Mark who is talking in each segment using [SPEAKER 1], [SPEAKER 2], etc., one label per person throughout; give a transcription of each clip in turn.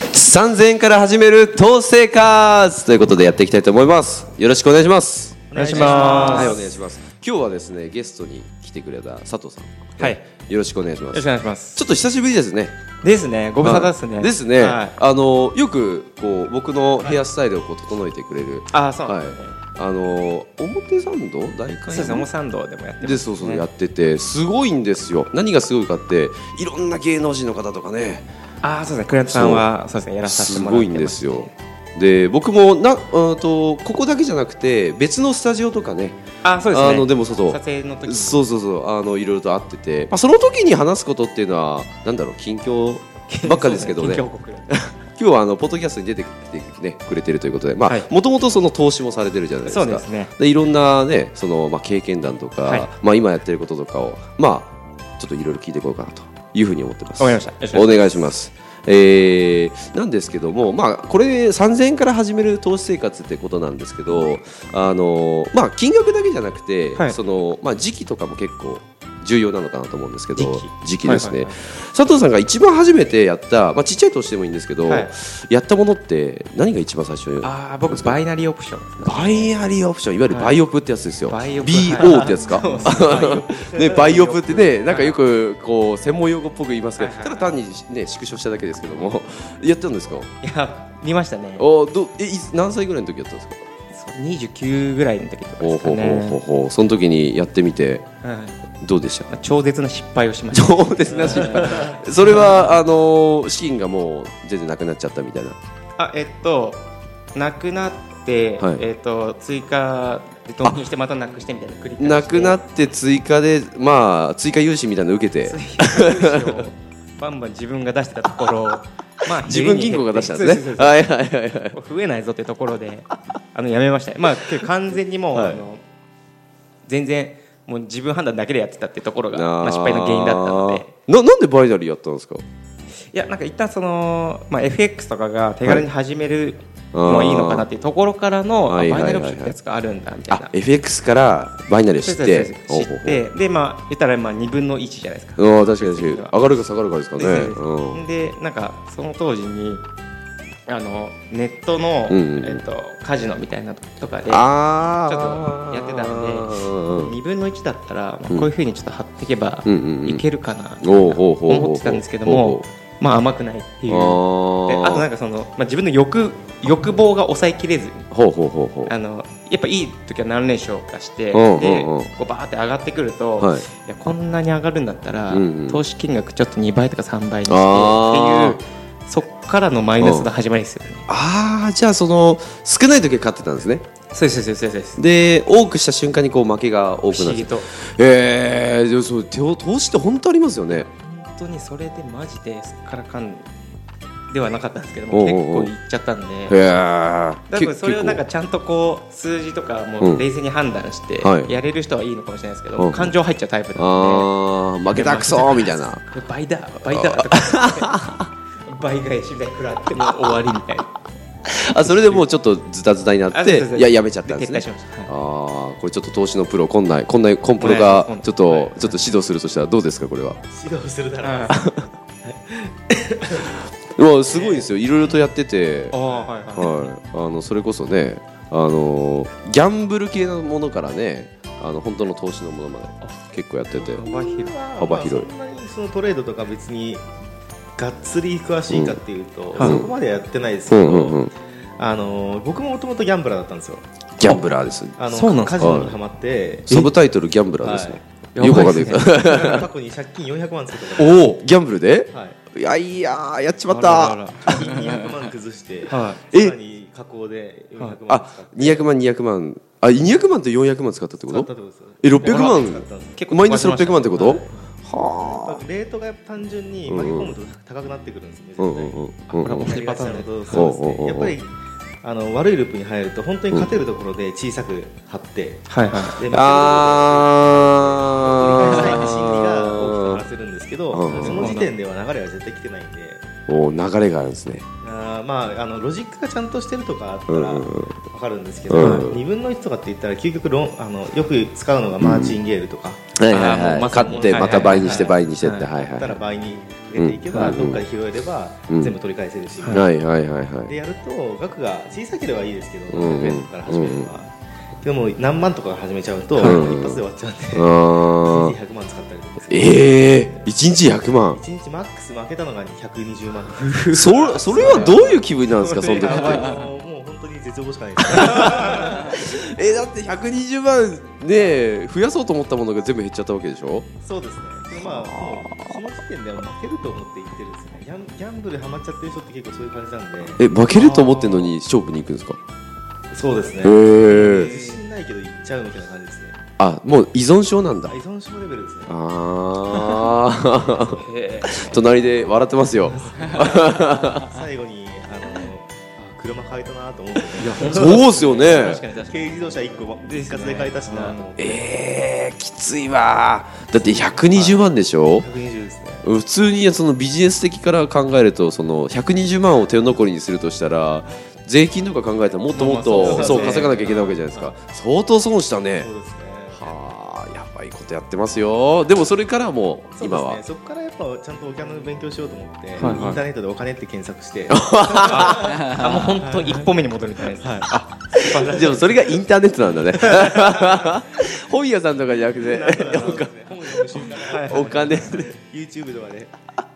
[SPEAKER 1] 3000円から始める投資生活ということでやっていきたいと思いますよろしくお願いします
[SPEAKER 2] お願いしま
[SPEAKER 1] はいお
[SPEAKER 2] す。
[SPEAKER 1] 願いします今日はですねゲストに来てくれた佐藤さん
[SPEAKER 2] はい
[SPEAKER 1] よろしくお願いしま
[SPEAKER 2] よろし
[SPEAKER 1] す
[SPEAKER 2] くお願いします。
[SPEAKER 1] ちょっと久しぶりですね
[SPEAKER 2] ですね、ご無沙汰です
[SPEAKER 1] は
[SPEAKER 2] ね。
[SPEAKER 1] いですね、
[SPEAKER 2] はい
[SPEAKER 1] あのよくこう僕のヘアスタイルをこう整えてくれる、
[SPEAKER 2] あ、そうなん
[SPEAKER 1] はい
[SPEAKER 2] ですね。
[SPEAKER 1] あの表参道大
[SPEAKER 2] そう
[SPEAKER 1] 会
[SPEAKER 2] ですね、重参道でもやってます。
[SPEAKER 1] でそうそうやっててすごいんですよ何がすごいかっていろんな芸能人の方とかね
[SPEAKER 2] あ、そうですね、クラントさんはそうですね、やらさせ
[SPEAKER 1] す
[SPEAKER 2] てもらっ
[SPEAKER 1] ごい
[SPEAKER 2] て
[SPEAKER 1] ん
[SPEAKER 2] ま
[SPEAKER 1] ですよで僕もなうんとここだけじゃなくて別のスタジオとかね
[SPEAKER 2] あ、そうですね。
[SPEAKER 1] あのでも外
[SPEAKER 2] 撮影の時に
[SPEAKER 1] そうそうそうあのいろいろと会ってて、まあ、その時に話すことっていうのはなんだろう近況ばっかですけど ね
[SPEAKER 2] 近況報告
[SPEAKER 1] 今日はあのポッドキャストに出てきて、ね、くれてるということで
[SPEAKER 2] はい
[SPEAKER 1] もともとその投資もされてるじゃないですか
[SPEAKER 2] そうですね
[SPEAKER 1] いろんな、ねそのまあ、経験談とか、
[SPEAKER 2] はい
[SPEAKER 1] まあ、今やってることとかを、まあ、ちょっといろいろ聞いていこうかなというふうに思ってます。
[SPEAKER 2] わかりましたよろしく
[SPEAKER 1] お
[SPEAKER 2] お
[SPEAKER 1] 願いしますえーなんですけども、まあ、これ3000円から始める投資生活ってことなんですけど、あのまあ、金額だけじゃなくて、
[SPEAKER 2] はい
[SPEAKER 1] そのまあ、時期とかも結構重要なのかなと思うんですけど
[SPEAKER 2] 時期
[SPEAKER 1] 時期ですね、
[SPEAKER 2] はいはいはい
[SPEAKER 1] 佐藤さんが一番初めてやった、まあ、ちっちゃい投資でもいいんですけど、
[SPEAKER 2] はい
[SPEAKER 1] やったものって何が一番最初に
[SPEAKER 2] あ、僕バイナリーオプションですね。
[SPEAKER 1] バイアリーオプションいわゆるバイオプってやつですよ、
[SPEAKER 2] バイオプ
[SPEAKER 1] BO ってやつか、
[SPEAKER 2] そ う
[SPEAKER 1] ね、バイオプってねなんかよくこう専門用語っぽく言いますけど
[SPEAKER 2] はいはい
[SPEAKER 1] た
[SPEAKER 2] は
[SPEAKER 1] だ
[SPEAKER 2] い
[SPEAKER 1] 単に、ね、縮小しただけですけども やったんですか
[SPEAKER 2] いや、見ましたね。
[SPEAKER 1] おどえいつ何歳ぐらいの時やったんですか
[SPEAKER 2] そう29ぐらいの時とか
[SPEAKER 1] お
[SPEAKER 2] で
[SPEAKER 1] う
[SPEAKER 2] すか
[SPEAKER 1] ほうほうほう
[SPEAKER 2] ね。
[SPEAKER 1] ほうその時にやってみて
[SPEAKER 2] はい
[SPEAKER 1] どうでした
[SPEAKER 2] まあ超絶な失敗をしました。
[SPEAKER 1] そうですね失敗 それはあのー資金がもう全然なくなっちゃったみたいな
[SPEAKER 2] あ、えっと、なくなって
[SPEAKER 1] はい、
[SPEAKER 2] えっと、追加で投入してまたなくしてみたいな繰り返し。
[SPEAKER 1] なくなって追加でまあ追加融資みたいなの受けて
[SPEAKER 2] そういう融資をバンバン自分が出してたと ころまあ
[SPEAKER 1] 自分銀行が出したんで
[SPEAKER 2] そう
[SPEAKER 1] す
[SPEAKER 2] そう
[SPEAKER 1] ね
[SPEAKER 2] そう
[SPEAKER 1] はいはいはいはい
[SPEAKER 2] もう増えないぞってところであのやめましたねまあけど完全にもう、
[SPEAKER 1] はい
[SPEAKER 2] あの全然もう自分判断だけでやってたってところが
[SPEAKER 1] あー
[SPEAKER 2] まあ、失敗の原因だったので
[SPEAKER 1] ななんでバイナリーやったんですか
[SPEAKER 2] いやなんか一旦その、まあ、FX とかが手軽に始める
[SPEAKER 1] はい
[SPEAKER 2] のはいいのかなっていうところからの、
[SPEAKER 1] あー
[SPEAKER 2] あ
[SPEAKER 1] はい
[SPEAKER 2] バ
[SPEAKER 1] は
[SPEAKER 2] イナ
[SPEAKER 1] い
[SPEAKER 2] ル
[SPEAKER 1] はいはい
[SPEAKER 2] オプションってやつがあるんだみたいな
[SPEAKER 1] あ FX からバイナリーを知
[SPEAKER 2] そう
[SPEAKER 1] っ
[SPEAKER 2] そうそう
[SPEAKER 1] て
[SPEAKER 2] そう知ってでまあ言ったらまあ2分の1じゃないですか
[SPEAKER 1] ほうほうほううん確かに確かに上がるか下がるかですかね
[SPEAKER 2] ですです
[SPEAKER 1] うん
[SPEAKER 2] でなんかその当時にあのネットの、
[SPEAKER 1] うんうんうん
[SPEAKER 2] えっとカジノみたいなとかで
[SPEAKER 1] あ
[SPEAKER 2] ちょ
[SPEAKER 1] あ
[SPEAKER 2] っとやってたので
[SPEAKER 1] の
[SPEAKER 2] 2分の1だったら、まあ、こういうふうにちょっと貼っていけば
[SPEAKER 1] うんうんうん
[SPEAKER 2] いけるかなと
[SPEAKER 1] おうほうほうほう
[SPEAKER 2] 思ってたんですけど
[SPEAKER 1] ほうほ
[SPEAKER 2] もまあ甘くないっていうであとなんかその、まあ、自分の欲欲望が抑えきれずに
[SPEAKER 1] ほうほうほうほ
[SPEAKER 2] あのやっぱいい時は何連勝かしてで
[SPEAKER 1] うんうんうん
[SPEAKER 2] こうバーって上がってくると、
[SPEAKER 1] はい
[SPEAKER 2] い、やこんなに上がるんだったら、
[SPEAKER 1] うんうん
[SPEAKER 2] 投資金額ちょっと2倍とか3倍にして
[SPEAKER 1] あー
[SPEAKER 2] っていうそっからのマイナスの始まりですよね。
[SPEAKER 1] ああじゃあその少ない時は勝ってたんですね
[SPEAKER 2] そうですそうですそうです
[SPEAKER 1] で多くした瞬間にこう負けが多
[SPEAKER 2] 不
[SPEAKER 1] くな
[SPEAKER 2] 思
[SPEAKER 1] っ
[SPEAKER 2] 議
[SPEAKER 1] て
[SPEAKER 2] と
[SPEAKER 1] ええー、でもそう手を投資って本当ありますよね
[SPEAKER 2] 本当にそれでマジでそっからかんではなかったんですけど
[SPEAKER 1] お
[SPEAKER 2] も
[SPEAKER 1] う
[SPEAKER 2] 結
[SPEAKER 1] おうおう
[SPEAKER 2] 構いっちゃったん
[SPEAKER 1] へ
[SPEAKER 2] で。
[SPEAKER 1] え
[SPEAKER 2] 多分それをなんかちゃんとこう数字とか
[SPEAKER 1] う
[SPEAKER 2] も
[SPEAKER 1] ん
[SPEAKER 2] 冷静に判断して
[SPEAKER 1] はい
[SPEAKER 2] やれる人はいいのかもしれないですけ
[SPEAKER 1] うんう
[SPEAKER 2] ど
[SPEAKER 1] ん
[SPEAKER 2] 感情入っちゃうタイプなので
[SPEAKER 1] ああ負けたくそーみたいな
[SPEAKER 2] これ倍だ倍だとか 倍返しみたいに食らってもう終わりみたいな
[SPEAKER 1] あそれでもうちょっとズタズタになっ
[SPEAKER 2] あそう
[SPEAKER 1] て
[SPEAKER 2] そうそう
[SPEAKER 1] いややめちゃったんです
[SPEAKER 2] 撤退し
[SPEAKER 1] ね
[SPEAKER 2] まし
[SPEAKER 1] あ
[SPEAKER 2] た、はい
[SPEAKER 1] あーこれちょっと投資のプロこんないこんないコンプロが
[SPEAKER 2] こんない
[SPEAKER 1] ちょっと、
[SPEAKER 2] はい
[SPEAKER 1] ちょっと指導するとしたらどうですかこれは
[SPEAKER 3] 指導するなら
[SPEAKER 2] あ
[SPEAKER 1] でもすごいですよいろいろとやってて、
[SPEAKER 2] あ
[SPEAKER 1] はい、
[SPEAKER 2] はいはい
[SPEAKER 1] あのそれこそねあのギャンブル系のものからねあの本当の投資のものまで結構やってて
[SPEAKER 2] 幅広い
[SPEAKER 1] 幅広い
[SPEAKER 3] まあそんなにそのトレードとか別にがっつり詳しいかっていうと、
[SPEAKER 2] ん
[SPEAKER 3] そこまではやってないです
[SPEAKER 1] う
[SPEAKER 3] けど、
[SPEAKER 1] んうんうん
[SPEAKER 3] あの僕ももともとギャンブラーだったんですよ
[SPEAKER 1] ギャンブラーです
[SPEAKER 3] あの
[SPEAKER 2] そうなんですか
[SPEAKER 3] カジノにはまって
[SPEAKER 1] サブタイトルギャンブラーですね、
[SPEAKER 2] はい
[SPEAKER 1] よくわかんないけど
[SPEAKER 3] 過去に借金400万作ったこ
[SPEAKER 1] おおギャンブルで
[SPEAKER 3] と、はい、
[SPEAKER 1] いやいやーやっちまっ
[SPEAKER 2] あら
[SPEAKER 1] た
[SPEAKER 2] あら
[SPEAKER 3] 借金200万崩して、
[SPEAKER 2] は
[SPEAKER 1] え
[SPEAKER 3] さらに加工で400万
[SPEAKER 1] あ
[SPEAKER 3] 使って、
[SPEAKER 1] 200万200万あ200万と400万使ったってこ
[SPEAKER 3] 使っ
[SPEAKER 1] と
[SPEAKER 3] たってことですよ
[SPEAKER 1] え600万
[SPEAKER 3] 使ったんですよ
[SPEAKER 2] 結
[SPEAKER 1] マイナス600万ってこと、
[SPEAKER 3] はい
[SPEAKER 1] は
[SPEAKER 3] やっぱレートがやっぱ単純に
[SPEAKER 1] うん
[SPEAKER 3] 巻き込むと高くなってくるんですよね、絶
[SPEAKER 1] うんう
[SPEAKER 3] 対
[SPEAKER 1] んうんうんうん
[SPEAKER 2] 同じパターンで
[SPEAKER 3] そうです
[SPEAKER 1] おうおうおう
[SPEAKER 3] ねやっぱりあの悪いループに入ると本当に勝てるところで小さく張って、
[SPEAKER 2] はいはい
[SPEAKER 3] で負けるところで繰り返さないって心理 が大きく張
[SPEAKER 1] あ
[SPEAKER 3] らせるんですけど、
[SPEAKER 1] うん
[SPEAKER 3] その時点では流れは絶対来てないんで、
[SPEAKER 1] ーおー流れがあるんですね
[SPEAKER 3] あーまあ、あのロジックがちゃんとしてるとかあったら
[SPEAKER 1] うん
[SPEAKER 3] 分かるんですけど、
[SPEAKER 1] うん
[SPEAKER 3] 2分の1とかって言ったら究極ロンあのよく使うのがマーチンゲールとか、
[SPEAKER 1] はいはい
[SPEAKER 2] あーも
[SPEAKER 1] は
[SPEAKER 2] う
[SPEAKER 1] い
[SPEAKER 2] まさに
[SPEAKER 1] 勝ってまた倍にして倍にしてって
[SPEAKER 2] は
[SPEAKER 1] はい
[SPEAKER 3] だった
[SPEAKER 1] は
[SPEAKER 3] ら
[SPEAKER 1] い
[SPEAKER 3] 倍にげていけば、
[SPEAKER 1] うん
[SPEAKER 3] どっかで拾えれば、
[SPEAKER 1] うん
[SPEAKER 3] 全部取り返せるし、
[SPEAKER 1] はいはいはいは
[SPEAKER 3] で
[SPEAKER 1] い。
[SPEAKER 3] やると額が小さければいいですけど、
[SPEAKER 1] うんうん
[SPEAKER 3] 500円とかから始めるのは、でも何万とかから始めちゃうと、
[SPEAKER 1] うん
[SPEAKER 3] 一発で終わっちゃうんで、
[SPEAKER 1] あー
[SPEAKER 3] 100万使ったりとか
[SPEAKER 1] ええー、1日100万。
[SPEAKER 3] 1日マックス負けたのが120万
[SPEAKER 1] そそれはどういう気分なんですか、 その時
[SPEAKER 3] あ
[SPEAKER 1] って。
[SPEAKER 3] の もう本当に絶望しかないですね
[SPEAKER 1] えだって120万ね増やそうと思ったものが全部減っちゃったわけでしょ
[SPEAKER 3] そうですねでまあもうその時点では負けると思って言ってるんですねギャンギャンブルハマっちゃってる人って結構そういう感じなんで
[SPEAKER 1] え負けると思ってんのに勝負に行くんですか
[SPEAKER 3] そうですね
[SPEAKER 1] へえ
[SPEAKER 3] 自信ないけど行っちゃうみたいな感じですね
[SPEAKER 1] あもう依存症なんだ
[SPEAKER 3] あ依存症レベルですね
[SPEAKER 1] ああ
[SPEAKER 2] え
[SPEAKER 1] 隣で笑ってますよ
[SPEAKER 3] 最後にあのあ車買えたなと思って
[SPEAKER 1] そうっすよね
[SPEAKER 2] 確かに確か
[SPEAKER 3] 軽自動車1個一括で買えたしなと思って
[SPEAKER 1] えー、きついわーだって120万でしょ、
[SPEAKER 3] 120ですね
[SPEAKER 1] 普通にそのビジネス的から考えるとその120万を手残りにするとしたら税金とか考えたらもっともっ
[SPEAKER 2] まあ
[SPEAKER 1] と
[SPEAKER 2] まあ
[SPEAKER 1] そ
[SPEAKER 2] そう
[SPEAKER 1] う
[SPEAKER 2] です
[SPEAKER 1] 稼
[SPEAKER 2] ね
[SPEAKER 1] がなきゃいけないわけじゃないですか相当損したね
[SPEAKER 3] そうですね
[SPEAKER 1] はあやばいことやってますよでもそれからもう
[SPEAKER 3] そうで
[SPEAKER 1] 今
[SPEAKER 3] す
[SPEAKER 1] は
[SPEAKER 3] ね、そこからやっぱちゃんとお金の勉強しようと思って、
[SPEAKER 2] はいはい
[SPEAKER 3] インターネットでお金って検索して、
[SPEAKER 2] にあもう本当一歩目に戻るみたいな
[SPEAKER 3] は い
[SPEAKER 1] でもそれがインターネットなんだね 本屋さんとかじゃなくて
[SPEAKER 3] なんか本読む瞬間はい
[SPEAKER 1] お金で
[SPEAKER 3] YouTube と かで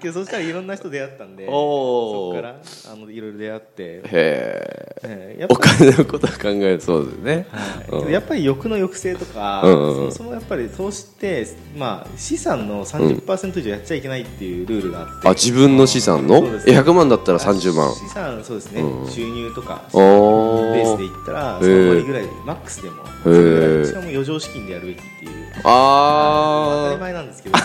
[SPEAKER 3] けどそしたらいろんな人出会ったんで
[SPEAKER 1] お
[SPEAKER 3] そこ
[SPEAKER 1] お
[SPEAKER 3] か
[SPEAKER 1] へ
[SPEAKER 3] らあのいろいろ出会って、
[SPEAKER 1] え
[SPEAKER 3] ええやっ
[SPEAKER 1] お
[SPEAKER 3] ぱ
[SPEAKER 1] 金のことを考えるそうですね、
[SPEAKER 3] けどやっぱり欲の抑制とか、
[SPEAKER 1] うんうんうん
[SPEAKER 3] そもそもやっぱり投資って、まあ、資産の30%以上やっちゃいけないっていうルールがあって、
[SPEAKER 1] あ自分の資産の
[SPEAKER 3] そうです
[SPEAKER 1] え100万だったら30万
[SPEAKER 3] 資産そうですね、
[SPEAKER 1] うん
[SPEAKER 3] 収入とかベ
[SPEAKER 1] おー
[SPEAKER 3] ースでいったら
[SPEAKER 1] へー
[SPEAKER 3] その割ぐらいマックスでもそれぐらいしかも余剰資金でやるべきっていう当た
[SPEAKER 1] あ
[SPEAKER 3] り
[SPEAKER 1] ー
[SPEAKER 3] 前なんです けど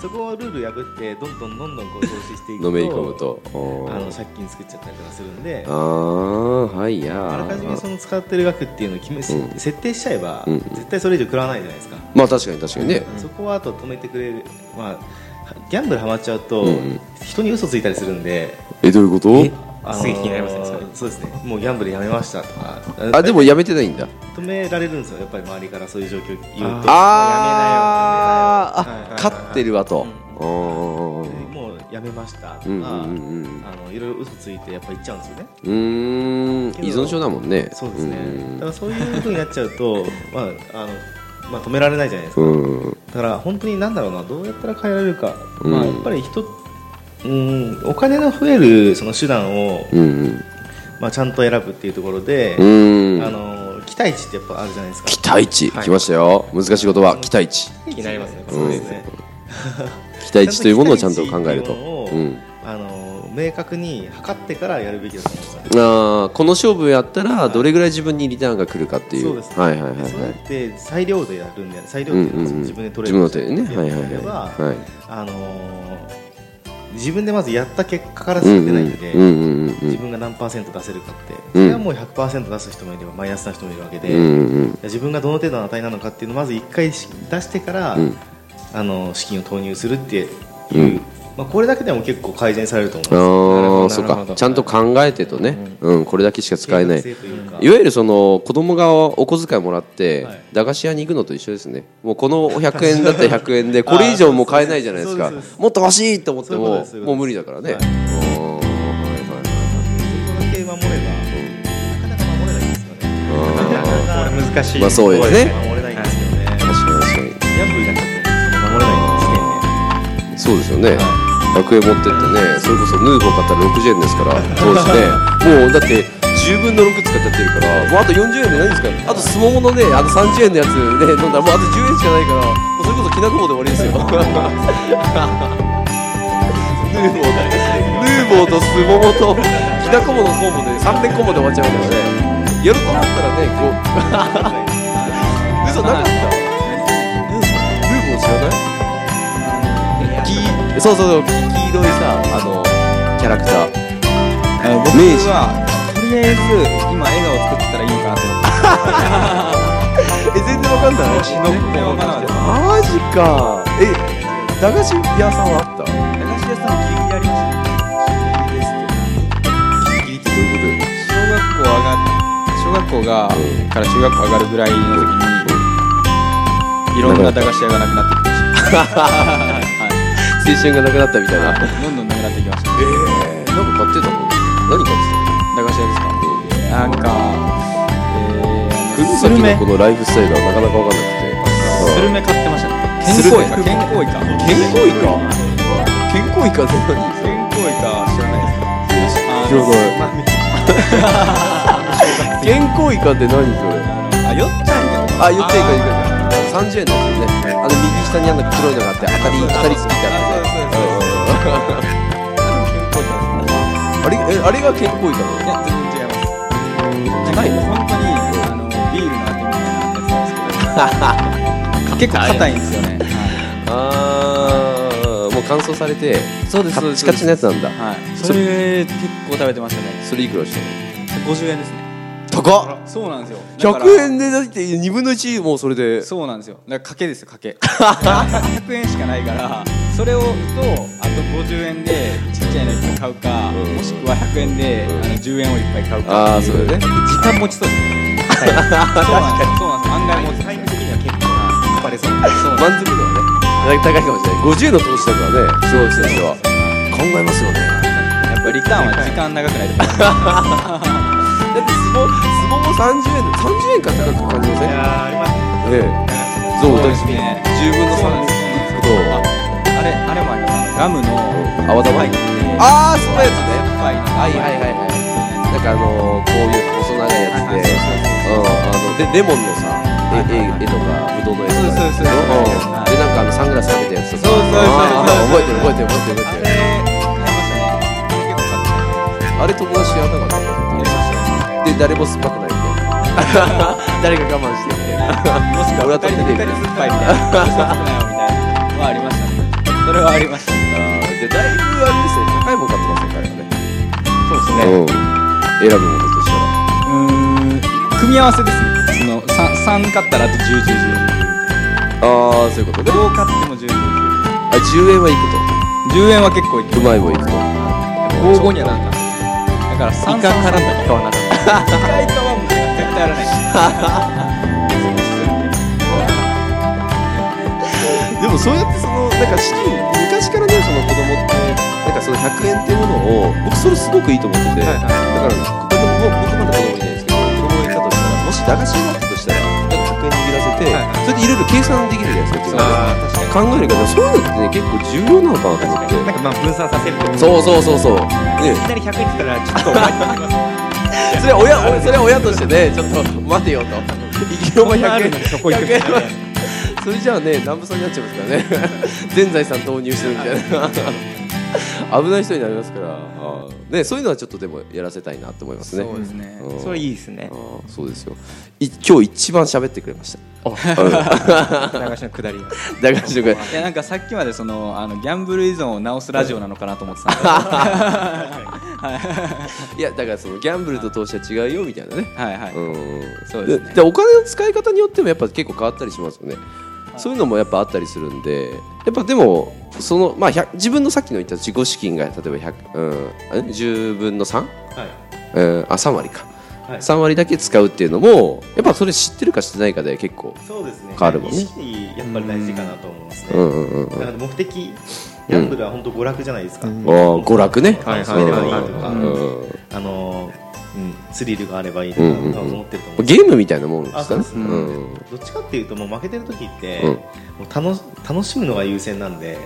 [SPEAKER 3] そこをルール破ってどんどんどんどんこう投資していくと
[SPEAKER 1] のめり込むとお
[SPEAKER 3] あの
[SPEAKER 1] ー
[SPEAKER 3] 借金作っちゃったりとかするんで
[SPEAKER 1] あーはいや
[SPEAKER 3] あらかじめ
[SPEAKER 1] ー
[SPEAKER 3] その使ってる額っていうのを決め、
[SPEAKER 1] うん
[SPEAKER 3] 設定しちゃえば、
[SPEAKER 1] うん
[SPEAKER 3] 絶対それ以上食らわないじゃないですか、
[SPEAKER 1] まあ確かに確かにね
[SPEAKER 3] そこはあと止めてくれるまあギャンブルハマっちゃうと、
[SPEAKER 1] うん
[SPEAKER 3] 人に嘘ついたりするんで
[SPEAKER 1] えどういうこと
[SPEAKER 3] あの
[SPEAKER 2] すげえ気になりますねそれ
[SPEAKER 3] そうですねもうギャンブルやめましたとか
[SPEAKER 1] あでもやめてないんだ
[SPEAKER 3] 止められるんですよやっぱり周りからそういう状況言うと
[SPEAKER 1] あ
[SPEAKER 3] やめなよやめなよ
[SPEAKER 1] あ勝ってるわとお
[SPEAKER 3] で
[SPEAKER 1] ー
[SPEAKER 3] もうやめましたとか、
[SPEAKER 1] うんうんうんうん
[SPEAKER 3] あのいろいろ嘘ついてやっぱ言っちゃうんですよね
[SPEAKER 1] うーん依存症だもんね
[SPEAKER 3] そうです
[SPEAKER 1] ん
[SPEAKER 3] ねだからそういうふうになっちゃうと まああの、まあ、止められないじゃないですか
[SPEAKER 1] うん
[SPEAKER 3] だから本当に何だろうなどうやったら変えられるか、
[SPEAKER 1] うん
[SPEAKER 3] まあ、やっぱり人うんお金の増えるその手段を、
[SPEAKER 1] うん
[SPEAKER 3] まあ、ちゃんと選ぶっていうところで、
[SPEAKER 1] うん
[SPEAKER 3] あの期待値ってやっぱあるじゃないですか
[SPEAKER 1] 期待値
[SPEAKER 2] はい
[SPEAKER 1] 来ましたよ難しい言葉期待値
[SPEAKER 3] 期
[SPEAKER 2] になりますね
[SPEAKER 3] そうですね、
[SPEAKER 1] 期待値というものをちゃんと考えると
[SPEAKER 3] 期待値っていうものを
[SPEAKER 1] うん
[SPEAKER 3] あの明確に測ってからやるべきだと思うんですよね
[SPEAKER 1] あーこの勝負やったらどれぐらい自分にリターンが来るかってい
[SPEAKER 3] そう
[SPEAKER 1] う
[SPEAKER 3] ですね
[SPEAKER 1] はいはいはいは
[SPEAKER 3] でそれっ
[SPEAKER 1] い
[SPEAKER 3] て裁量でやるんで裁量
[SPEAKER 1] う
[SPEAKER 3] っ
[SPEAKER 1] ん
[SPEAKER 3] ていう
[SPEAKER 1] う
[SPEAKER 3] の
[SPEAKER 1] んう
[SPEAKER 3] は
[SPEAKER 1] ん
[SPEAKER 3] 自分で取
[SPEAKER 1] 自
[SPEAKER 3] れる
[SPEAKER 1] 分の手でねはいはい
[SPEAKER 3] では
[SPEAKER 1] はいはい
[SPEAKER 3] あのー自分でまずやった結果からしか出ないんで、
[SPEAKER 1] うんうんうんうん
[SPEAKER 3] 自分が何パーセント出せるかって
[SPEAKER 1] う
[SPEAKER 3] そ
[SPEAKER 1] ん
[SPEAKER 3] れはもう100%出す人もいればマイナスな人もいるわけで、
[SPEAKER 1] うんうんうん
[SPEAKER 3] 自分がどの程度の値なのかっていうのをまず1回し出してから、
[SPEAKER 1] うん
[SPEAKER 3] あの資金を投入するっていう、
[SPEAKER 1] うん
[SPEAKER 3] まあ、これだけでも結構改善されると思うんです
[SPEAKER 2] る
[SPEAKER 1] ああそう
[SPEAKER 2] ほどなる
[SPEAKER 1] か
[SPEAKER 2] ほど
[SPEAKER 1] ちゃんと考えてとねうんこれだけしか使えない
[SPEAKER 3] 計画性というか
[SPEAKER 1] いわゆるその子供がお小遣いもらって
[SPEAKER 3] はい
[SPEAKER 1] 駄菓子屋に行くのと一緒ですね、もうこの100円だったら100円でこれ以上もう買えないじゃないですか
[SPEAKER 3] そうですそうです
[SPEAKER 1] もっと欲しいと思って
[SPEAKER 3] そういうこと
[SPEAKER 1] も
[SPEAKER 3] ですそういうこ
[SPEAKER 1] もう無
[SPEAKER 3] とです
[SPEAKER 1] 理だからね、
[SPEAKER 3] はい
[SPEAKER 1] おー
[SPEAKER 3] そこだけ守れば、なかなか守れないですよね
[SPEAKER 1] はいはいはいあ
[SPEAKER 2] これ難しい
[SPEAKER 1] まあそうですね
[SPEAKER 3] 守れないんですよね。
[SPEAKER 1] ー確かに確か
[SPEAKER 3] ギャンブルだけ守れない時点
[SPEAKER 1] にそうですよね100円持ってってねそれこそヌーボー買ったら60円ですから当時ねもうだって10分の6使っちゃってるからもうあと40円で何ですかあとすもものねあと30円のやつね飲んだらもうあと10円しかないからもうそれこそきなこ棒で終わりですよ ヌーボーだヌーボーとスモモときなこ棒のコンボで3連コンボで終わっちゃうからねやると思ったらねこう 嘘なかったヌーボーヌーボー知らないきそうそうそうき黄色いさあのキャラクター
[SPEAKER 4] えー僕
[SPEAKER 1] 明治
[SPEAKER 4] はとりあえず今笑顔作ったらいいのかなと思って
[SPEAKER 1] え全然わかんない
[SPEAKER 4] 私の心の中で駄
[SPEAKER 1] マジかえ駄菓子屋さんはあった
[SPEAKER 4] 菓子屋さんギリギリありました
[SPEAKER 1] ギリってどういうこ
[SPEAKER 4] 小学校上がっ小学校がから中学校上がるぐらいの時にいろんな駄菓子屋がなくなってきましたはい
[SPEAKER 1] 青春がなくなったみたいな。
[SPEAKER 2] どんどんなくなってきました
[SPEAKER 1] ええー、なんか買ってたの何買っ
[SPEAKER 2] 駄菓子屋ですか
[SPEAKER 1] てたの
[SPEAKER 2] なんかえ
[SPEAKER 1] 国
[SPEAKER 2] ー
[SPEAKER 1] 崎のこのライフスタイルはなかなかわかんな
[SPEAKER 2] ス
[SPEAKER 1] くて
[SPEAKER 2] ルメ買ってました
[SPEAKER 1] ス
[SPEAKER 2] 健
[SPEAKER 1] ル
[SPEAKER 2] 康
[SPEAKER 1] メ
[SPEAKER 2] イカ健
[SPEAKER 1] 健康イカ健
[SPEAKER 2] 康イカ
[SPEAKER 1] 康イカって何
[SPEAKER 2] 健康イカ知らないですか
[SPEAKER 1] 知らない健康イカって何それ
[SPEAKER 2] あよっちゃんが
[SPEAKER 1] あ言っていいかいいかいいか30円のやつねあの右下にあんな黒いのがあって当たり当たりすぎてあって
[SPEAKER 2] そうそうそう
[SPEAKER 1] あれえあれが健康イカなの
[SPEAKER 2] いや全然違います高いの本当にあのビールのあてみたいなやつなんですけど結構硬いんですよね
[SPEAKER 1] あーもう乾燥されて
[SPEAKER 2] そうで
[SPEAKER 1] カッチカチのやつなんだ
[SPEAKER 2] はいそれ結構食べてましたね
[SPEAKER 1] それいくらした
[SPEAKER 2] 50円ですね
[SPEAKER 1] の高っ
[SPEAKER 2] そうなんですよだから
[SPEAKER 1] 100円でだって2分の1もうそれで
[SPEAKER 2] そうなんですよだから賭けですよ賭け100円しかないからそれをとあと50円でちっちゃいのいっぱい買うか、
[SPEAKER 1] うん
[SPEAKER 2] もしくは100円で、
[SPEAKER 1] うん
[SPEAKER 2] あの10円をいっぱい買う
[SPEAKER 1] ああ
[SPEAKER 2] かって
[SPEAKER 1] そ
[SPEAKER 2] いう
[SPEAKER 1] れね
[SPEAKER 2] 時間持ちそうですそうなんですよそうなんですよ案外持ち
[SPEAKER 3] タイム的には結構バレそう
[SPEAKER 2] そうなん
[SPEAKER 1] 満足度はね高いかもしれない50円の投資だからね小学生の人は考えますよね
[SPEAKER 2] やっぱリターンは時間長くないと
[SPEAKER 1] だって相撲相撲も30円で30円か高く感じませんね
[SPEAKER 3] や
[SPEAKER 1] え
[SPEAKER 3] ー今
[SPEAKER 1] そう
[SPEAKER 2] そう
[SPEAKER 1] だ
[SPEAKER 2] ですね
[SPEAKER 1] 10分の
[SPEAKER 2] そうなん
[SPEAKER 1] 3
[SPEAKER 2] ですよ
[SPEAKER 1] そう
[SPEAKER 2] ああれあれもありますガムの
[SPEAKER 1] 泡玉
[SPEAKER 2] 入って
[SPEAKER 1] ああそんなやつね
[SPEAKER 2] はい
[SPEAKER 1] はいはいはいはいなんかあのー、こういう細長いやつで、
[SPEAKER 2] はいはい
[SPEAKER 1] うん、あのでレモンのさ絵絵絵とかぶどうの絵とか
[SPEAKER 2] そうそうそう
[SPEAKER 1] うんでなんかあのサングラスかけたやつとか
[SPEAKER 2] そうそうそうそう
[SPEAKER 1] あー覚えてる覚えてる覚えてる覚え
[SPEAKER 2] あれ
[SPEAKER 1] てる
[SPEAKER 2] 買いましたね
[SPEAKER 1] あれ友達やんなかった
[SPEAKER 2] あれ結構買って
[SPEAKER 1] で誰も酸っぱくないみたいな誰か我慢してみたいな
[SPEAKER 2] もしくは二人で二人酸っぱいみたいな、嘘つくなよみたいなのはありましたね。それはありました。
[SPEAKER 1] あーじゃあだいぶあれですね高いもん買ってますね彼はね
[SPEAKER 2] そうです
[SPEAKER 1] うん選ぶものとしたら
[SPEAKER 2] うん、組み合わせですね。その三三買ったらあと十十十。
[SPEAKER 1] ああそういうことで
[SPEAKER 2] どう買っても十十十。
[SPEAKER 1] あ10円はいく
[SPEAKER 2] 十円は結構いけ
[SPEAKER 1] と
[SPEAKER 2] る。
[SPEAKER 1] うまい棒いくと
[SPEAKER 2] 五五にはなんか。だから三
[SPEAKER 4] イカ絡んだ結果はなかっ
[SPEAKER 2] イカイカはもう絶対やらない。
[SPEAKER 1] でもそうやってそのなんか資金昔からねその子供ってなんかその100円っていうものを僕それすごくいいと思ってて、だから僕僕まだ子供いないんですけど子供がいたとしたらもし駄菓子になったとしたらなんか100円握らせて、
[SPEAKER 3] はいはい
[SPEAKER 1] それでいろいろ計算できるじゃないですか自分で
[SPEAKER 3] あー確かに
[SPEAKER 1] 考えるけどそういうのってね結構重要なのかなと思って
[SPEAKER 3] なんかまあ分散させると思
[SPEAKER 1] そうそうそうそうね
[SPEAKER 3] いきなり100円って言ったらちょっとお前って言います
[SPEAKER 1] それは親俺それは親としてねちょっと待てよと生きようも100円
[SPEAKER 3] そこ行く
[SPEAKER 1] 100円はそれじゃあね南部さんになっちゃいますからね 全財産投入してるみたいな危ない人になりますからあーねそういうのはちょっとでもやらせたいなと思いますね
[SPEAKER 2] そうですね。
[SPEAKER 1] うん
[SPEAKER 3] それいいですね
[SPEAKER 1] あーそうですよい今日一番喋ってくれました
[SPEAKER 3] 流しの下りが
[SPEAKER 1] 駄菓子とか
[SPEAKER 2] いやなんかさっきまでそのあのギャンブル依存を直すラジオなのかなと思ってたんで。
[SPEAKER 1] いやだからそのギャンブルと投資は違うよみたいなね
[SPEAKER 2] はいはい。
[SPEAKER 1] うん
[SPEAKER 2] そうですね
[SPEAKER 1] でお金の使い方によってもやっぱ結構変わったりしますよね、そういうのもやっぱあったりするんでやっぱでもその、まあ、100自分のさっきの言った自己資金が例えば100、うん、あれ10分の 3?
[SPEAKER 3] はい
[SPEAKER 1] うん、あ3割か、
[SPEAKER 3] はい
[SPEAKER 1] 3割だけ使うっていうのもやっぱそれ知ってるか知ってないかで結構
[SPEAKER 3] そうですね
[SPEAKER 1] 変わるもんね
[SPEAKER 3] 意識やっぱり大事かなと思いますね、
[SPEAKER 1] うんうんうん
[SPEAKER 3] だから目的ギャンブルは本当娯楽じゃないですか、
[SPEAKER 1] あー娯楽ね、
[SPEAKER 3] はい
[SPEAKER 1] うん
[SPEAKER 3] はいはいはい
[SPEAKER 1] うん
[SPEAKER 3] あのーうん、スリルがあればいいと
[SPEAKER 1] うんうんうん
[SPEAKER 3] 思ってると思う、
[SPEAKER 1] ゲームみたいなもんですかね
[SPEAKER 3] あそうう
[SPEAKER 2] ですね
[SPEAKER 1] ん
[SPEAKER 3] どっちかっていうともう負けてる時って、
[SPEAKER 1] うん
[SPEAKER 3] もう楽し楽しむのが優先なんで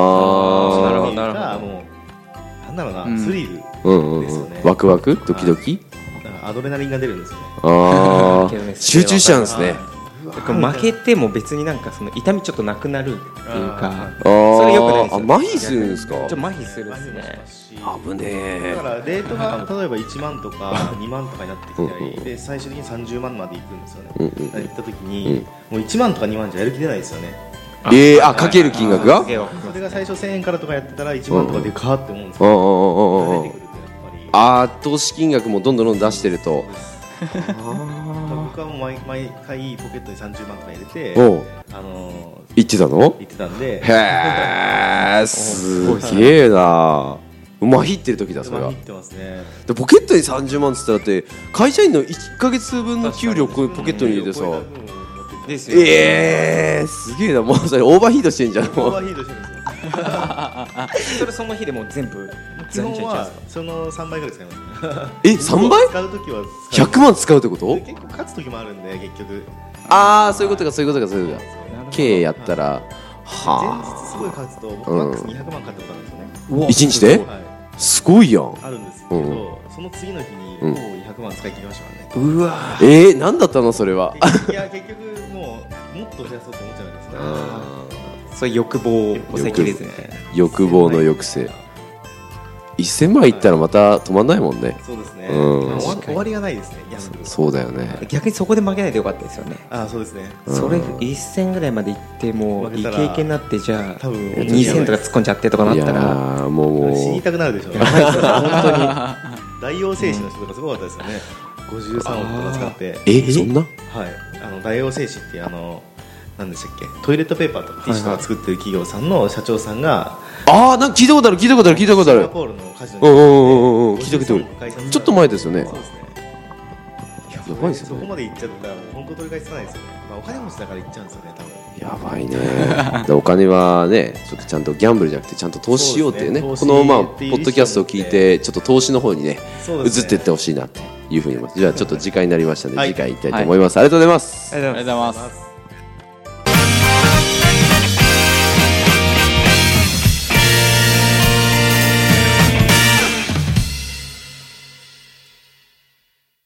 [SPEAKER 1] あ
[SPEAKER 3] な
[SPEAKER 1] あ
[SPEAKER 3] るほ
[SPEAKER 4] どなるほど
[SPEAKER 3] もうなんだろうな、
[SPEAKER 2] うん
[SPEAKER 3] スリル
[SPEAKER 1] うんうん
[SPEAKER 3] ですよ
[SPEAKER 1] うん
[SPEAKER 3] ね
[SPEAKER 1] ワクワクドキドキ
[SPEAKER 3] なんかアドレナリンが出るんですよね
[SPEAKER 1] あ
[SPEAKER 4] けどね
[SPEAKER 1] あ集中しちゃうんですね
[SPEAKER 3] は
[SPEAKER 4] た
[SPEAKER 3] い
[SPEAKER 4] これ負けても別になんかその痛みちょっとなくなるっていうか
[SPEAKER 1] あ
[SPEAKER 4] それ良くないです
[SPEAKER 1] あ
[SPEAKER 4] よ
[SPEAKER 1] 麻痺するんですか
[SPEAKER 4] ちょっと麻痺するんです
[SPEAKER 3] 麻痺もし
[SPEAKER 4] ね
[SPEAKER 3] ますし
[SPEAKER 1] 危ね
[SPEAKER 3] だ
[SPEAKER 1] え
[SPEAKER 3] からレートが例えば1万とか2万とかになってきたりで最終的に30万までいくんですよね、
[SPEAKER 1] うん
[SPEAKER 3] だ
[SPEAKER 1] うん
[SPEAKER 3] から行った時に、もう1万とか2万じゃやる気出ないですよね
[SPEAKER 1] えー、あかける金額が
[SPEAKER 4] かけよう
[SPEAKER 3] それが最初1000円からとかやってたら1万とかでかーって思うんです
[SPEAKER 1] う
[SPEAKER 3] け
[SPEAKER 1] んうん
[SPEAKER 3] ど、
[SPEAKER 1] うんうんうん
[SPEAKER 3] 出てくるとやっぱり
[SPEAKER 1] あー投資金額もどんどんどんどん出してると
[SPEAKER 3] 僕はもう毎毎回ポケットに30万とか入れて
[SPEAKER 1] おう
[SPEAKER 3] あのー
[SPEAKER 1] 言ってたの
[SPEAKER 3] 行ってたんで
[SPEAKER 1] へえすげえな麻痺ってる時だ それ
[SPEAKER 3] まあ
[SPEAKER 1] は
[SPEAKER 3] 見てますね
[SPEAKER 1] でポケットに30万っつったらって会社員の1か月分の給料こういうポケットに入れてさ
[SPEAKER 3] うん超えた分を持ってて
[SPEAKER 4] ですよね
[SPEAKER 1] ええー、すげえなもうそれオーバーヒートしてんじゃん
[SPEAKER 3] オ
[SPEAKER 1] も
[SPEAKER 3] ーバ
[SPEAKER 1] う
[SPEAKER 3] ーヒートしてるんですよ
[SPEAKER 2] それその日でもう全部
[SPEAKER 3] 基
[SPEAKER 2] 全
[SPEAKER 3] 本
[SPEAKER 2] 然いっちゃうん
[SPEAKER 3] は
[SPEAKER 2] ですか
[SPEAKER 3] その3倍ぐらい使いますね
[SPEAKER 1] え三倍
[SPEAKER 3] 使うときは使う
[SPEAKER 1] ?100 万使うってこと
[SPEAKER 3] 結構勝つときもあるんで結局
[SPEAKER 1] ああそういうことかそういうことかそういうことか
[SPEAKER 3] 前
[SPEAKER 1] K やったらは
[SPEAKER 3] 日すごい勝つと僕マックス200万勝ったことあるんですよね、
[SPEAKER 1] あ一日で
[SPEAKER 3] はい、
[SPEAKER 1] すごいやん
[SPEAKER 3] あるんですけど、その次の日にもう200万使い切りましたか らね、
[SPEAKER 2] うわ
[SPEAKER 1] えー、何だったのそれは
[SPEAKER 3] 結局いや結局もうもっと増やそうと思っちゃうんですね
[SPEAKER 1] あ
[SPEAKER 2] そういう欲望を抑えきれずみたいな
[SPEAKER 1] 欲望の抑制1000万いったらまた止まんないもんね
[SPEAKER 3] そうですね、
[SPEAKER 1] うん
[SPEAKER 3] まあ終わ終わりがないですねギャンブル
[SPEAKER 1] そうだよね
[SPEAKER 2] 逆にそこで負けないでよかったですよね
[SPEAKER 3] ああそうですね
[SPEAKER 1] うん
[SPEAKER 2] それ一戦ぐらいまで行ってもう
[SPEAKER 3] 負け
[SPEAKER 2] いい
[SPEAKER 3] たら
[SPEAKER 2] 経験になってじゃあ
[SPEAKER 3] 多分
[SPEAKER 2] 2000とか突っ込んじゃってとかなっ
[SPEAKER 1] いや
[SPEAKER 2] たら
[SPEAKER 1] ーもうも
[SPEAKER 3] 死に
[SPEAKER 1] う
[SPEAKER 3] たくなるでしょうね
[SPEAKER 2] 本
[SPEAKER 3] 大王製紙の人とかすごかったですよね、53億とか使って
[SPEAKER 1] えそんな
[SPEAKER 3] はい、あの大王製紙ってあの何でしたっけトイレットペーパーとかティッシュとか作ってる企業さんの社長さんが
[SPEAKER 1] ああなんか聞いたことある聞いたことある聞いたことあ
[SPEAKER 3] シンガ
[SPEAKER 1] る
[SPEAKER 3] ポールのカジノ
[SPEAKER 1] うんうんうんうんうん聞いたことある
[SPEAKER 3] る
[SPEAKER 1] ちょっと前ですよね
[SPEAKER 3] そうですね
[SPEAKER 1] やばいです
[SPEAKER 3] そ
[SPEAKER 1] よ
[SPEAKER 3] こ
[SPEAKER 1] ね
[SPEAKER 3] まで行っちゃったらもう本当取り返しつかないですよね、まあ、お金持ちだから行っちゃうんですよね多分
[SPEAKER 1] やばいね でお金はねちょっとちゃんとギャンブルじゃなくてちゃんと投資しようっていうね
[SPEAKER 3] そうで
[SPEAKER 1] こ
[SPEAKER 3] すね
[SPEAKER 1] のまあ
[SPEAKER 3] 投資
[SPEAKER 1] ポ
[SPEAKER 3] っていう
[SPEAKER 1] ッドキャストを聞いてちょっと投資の方にね
[SPEAKER 3] そうで
[SPEAKER 1] 移
[SPEAKER 3] すね
[SPEAKER 1] っていってほしいなっていうふうに思いますじゃあちょっと時間になりましたので
[SPEAKER 3] はい
[SPEAKER 1] 次回行きたいと思いますありがとうございます
[SPEAKER 2] 当に
[SPEAKER 4] りがとうございます。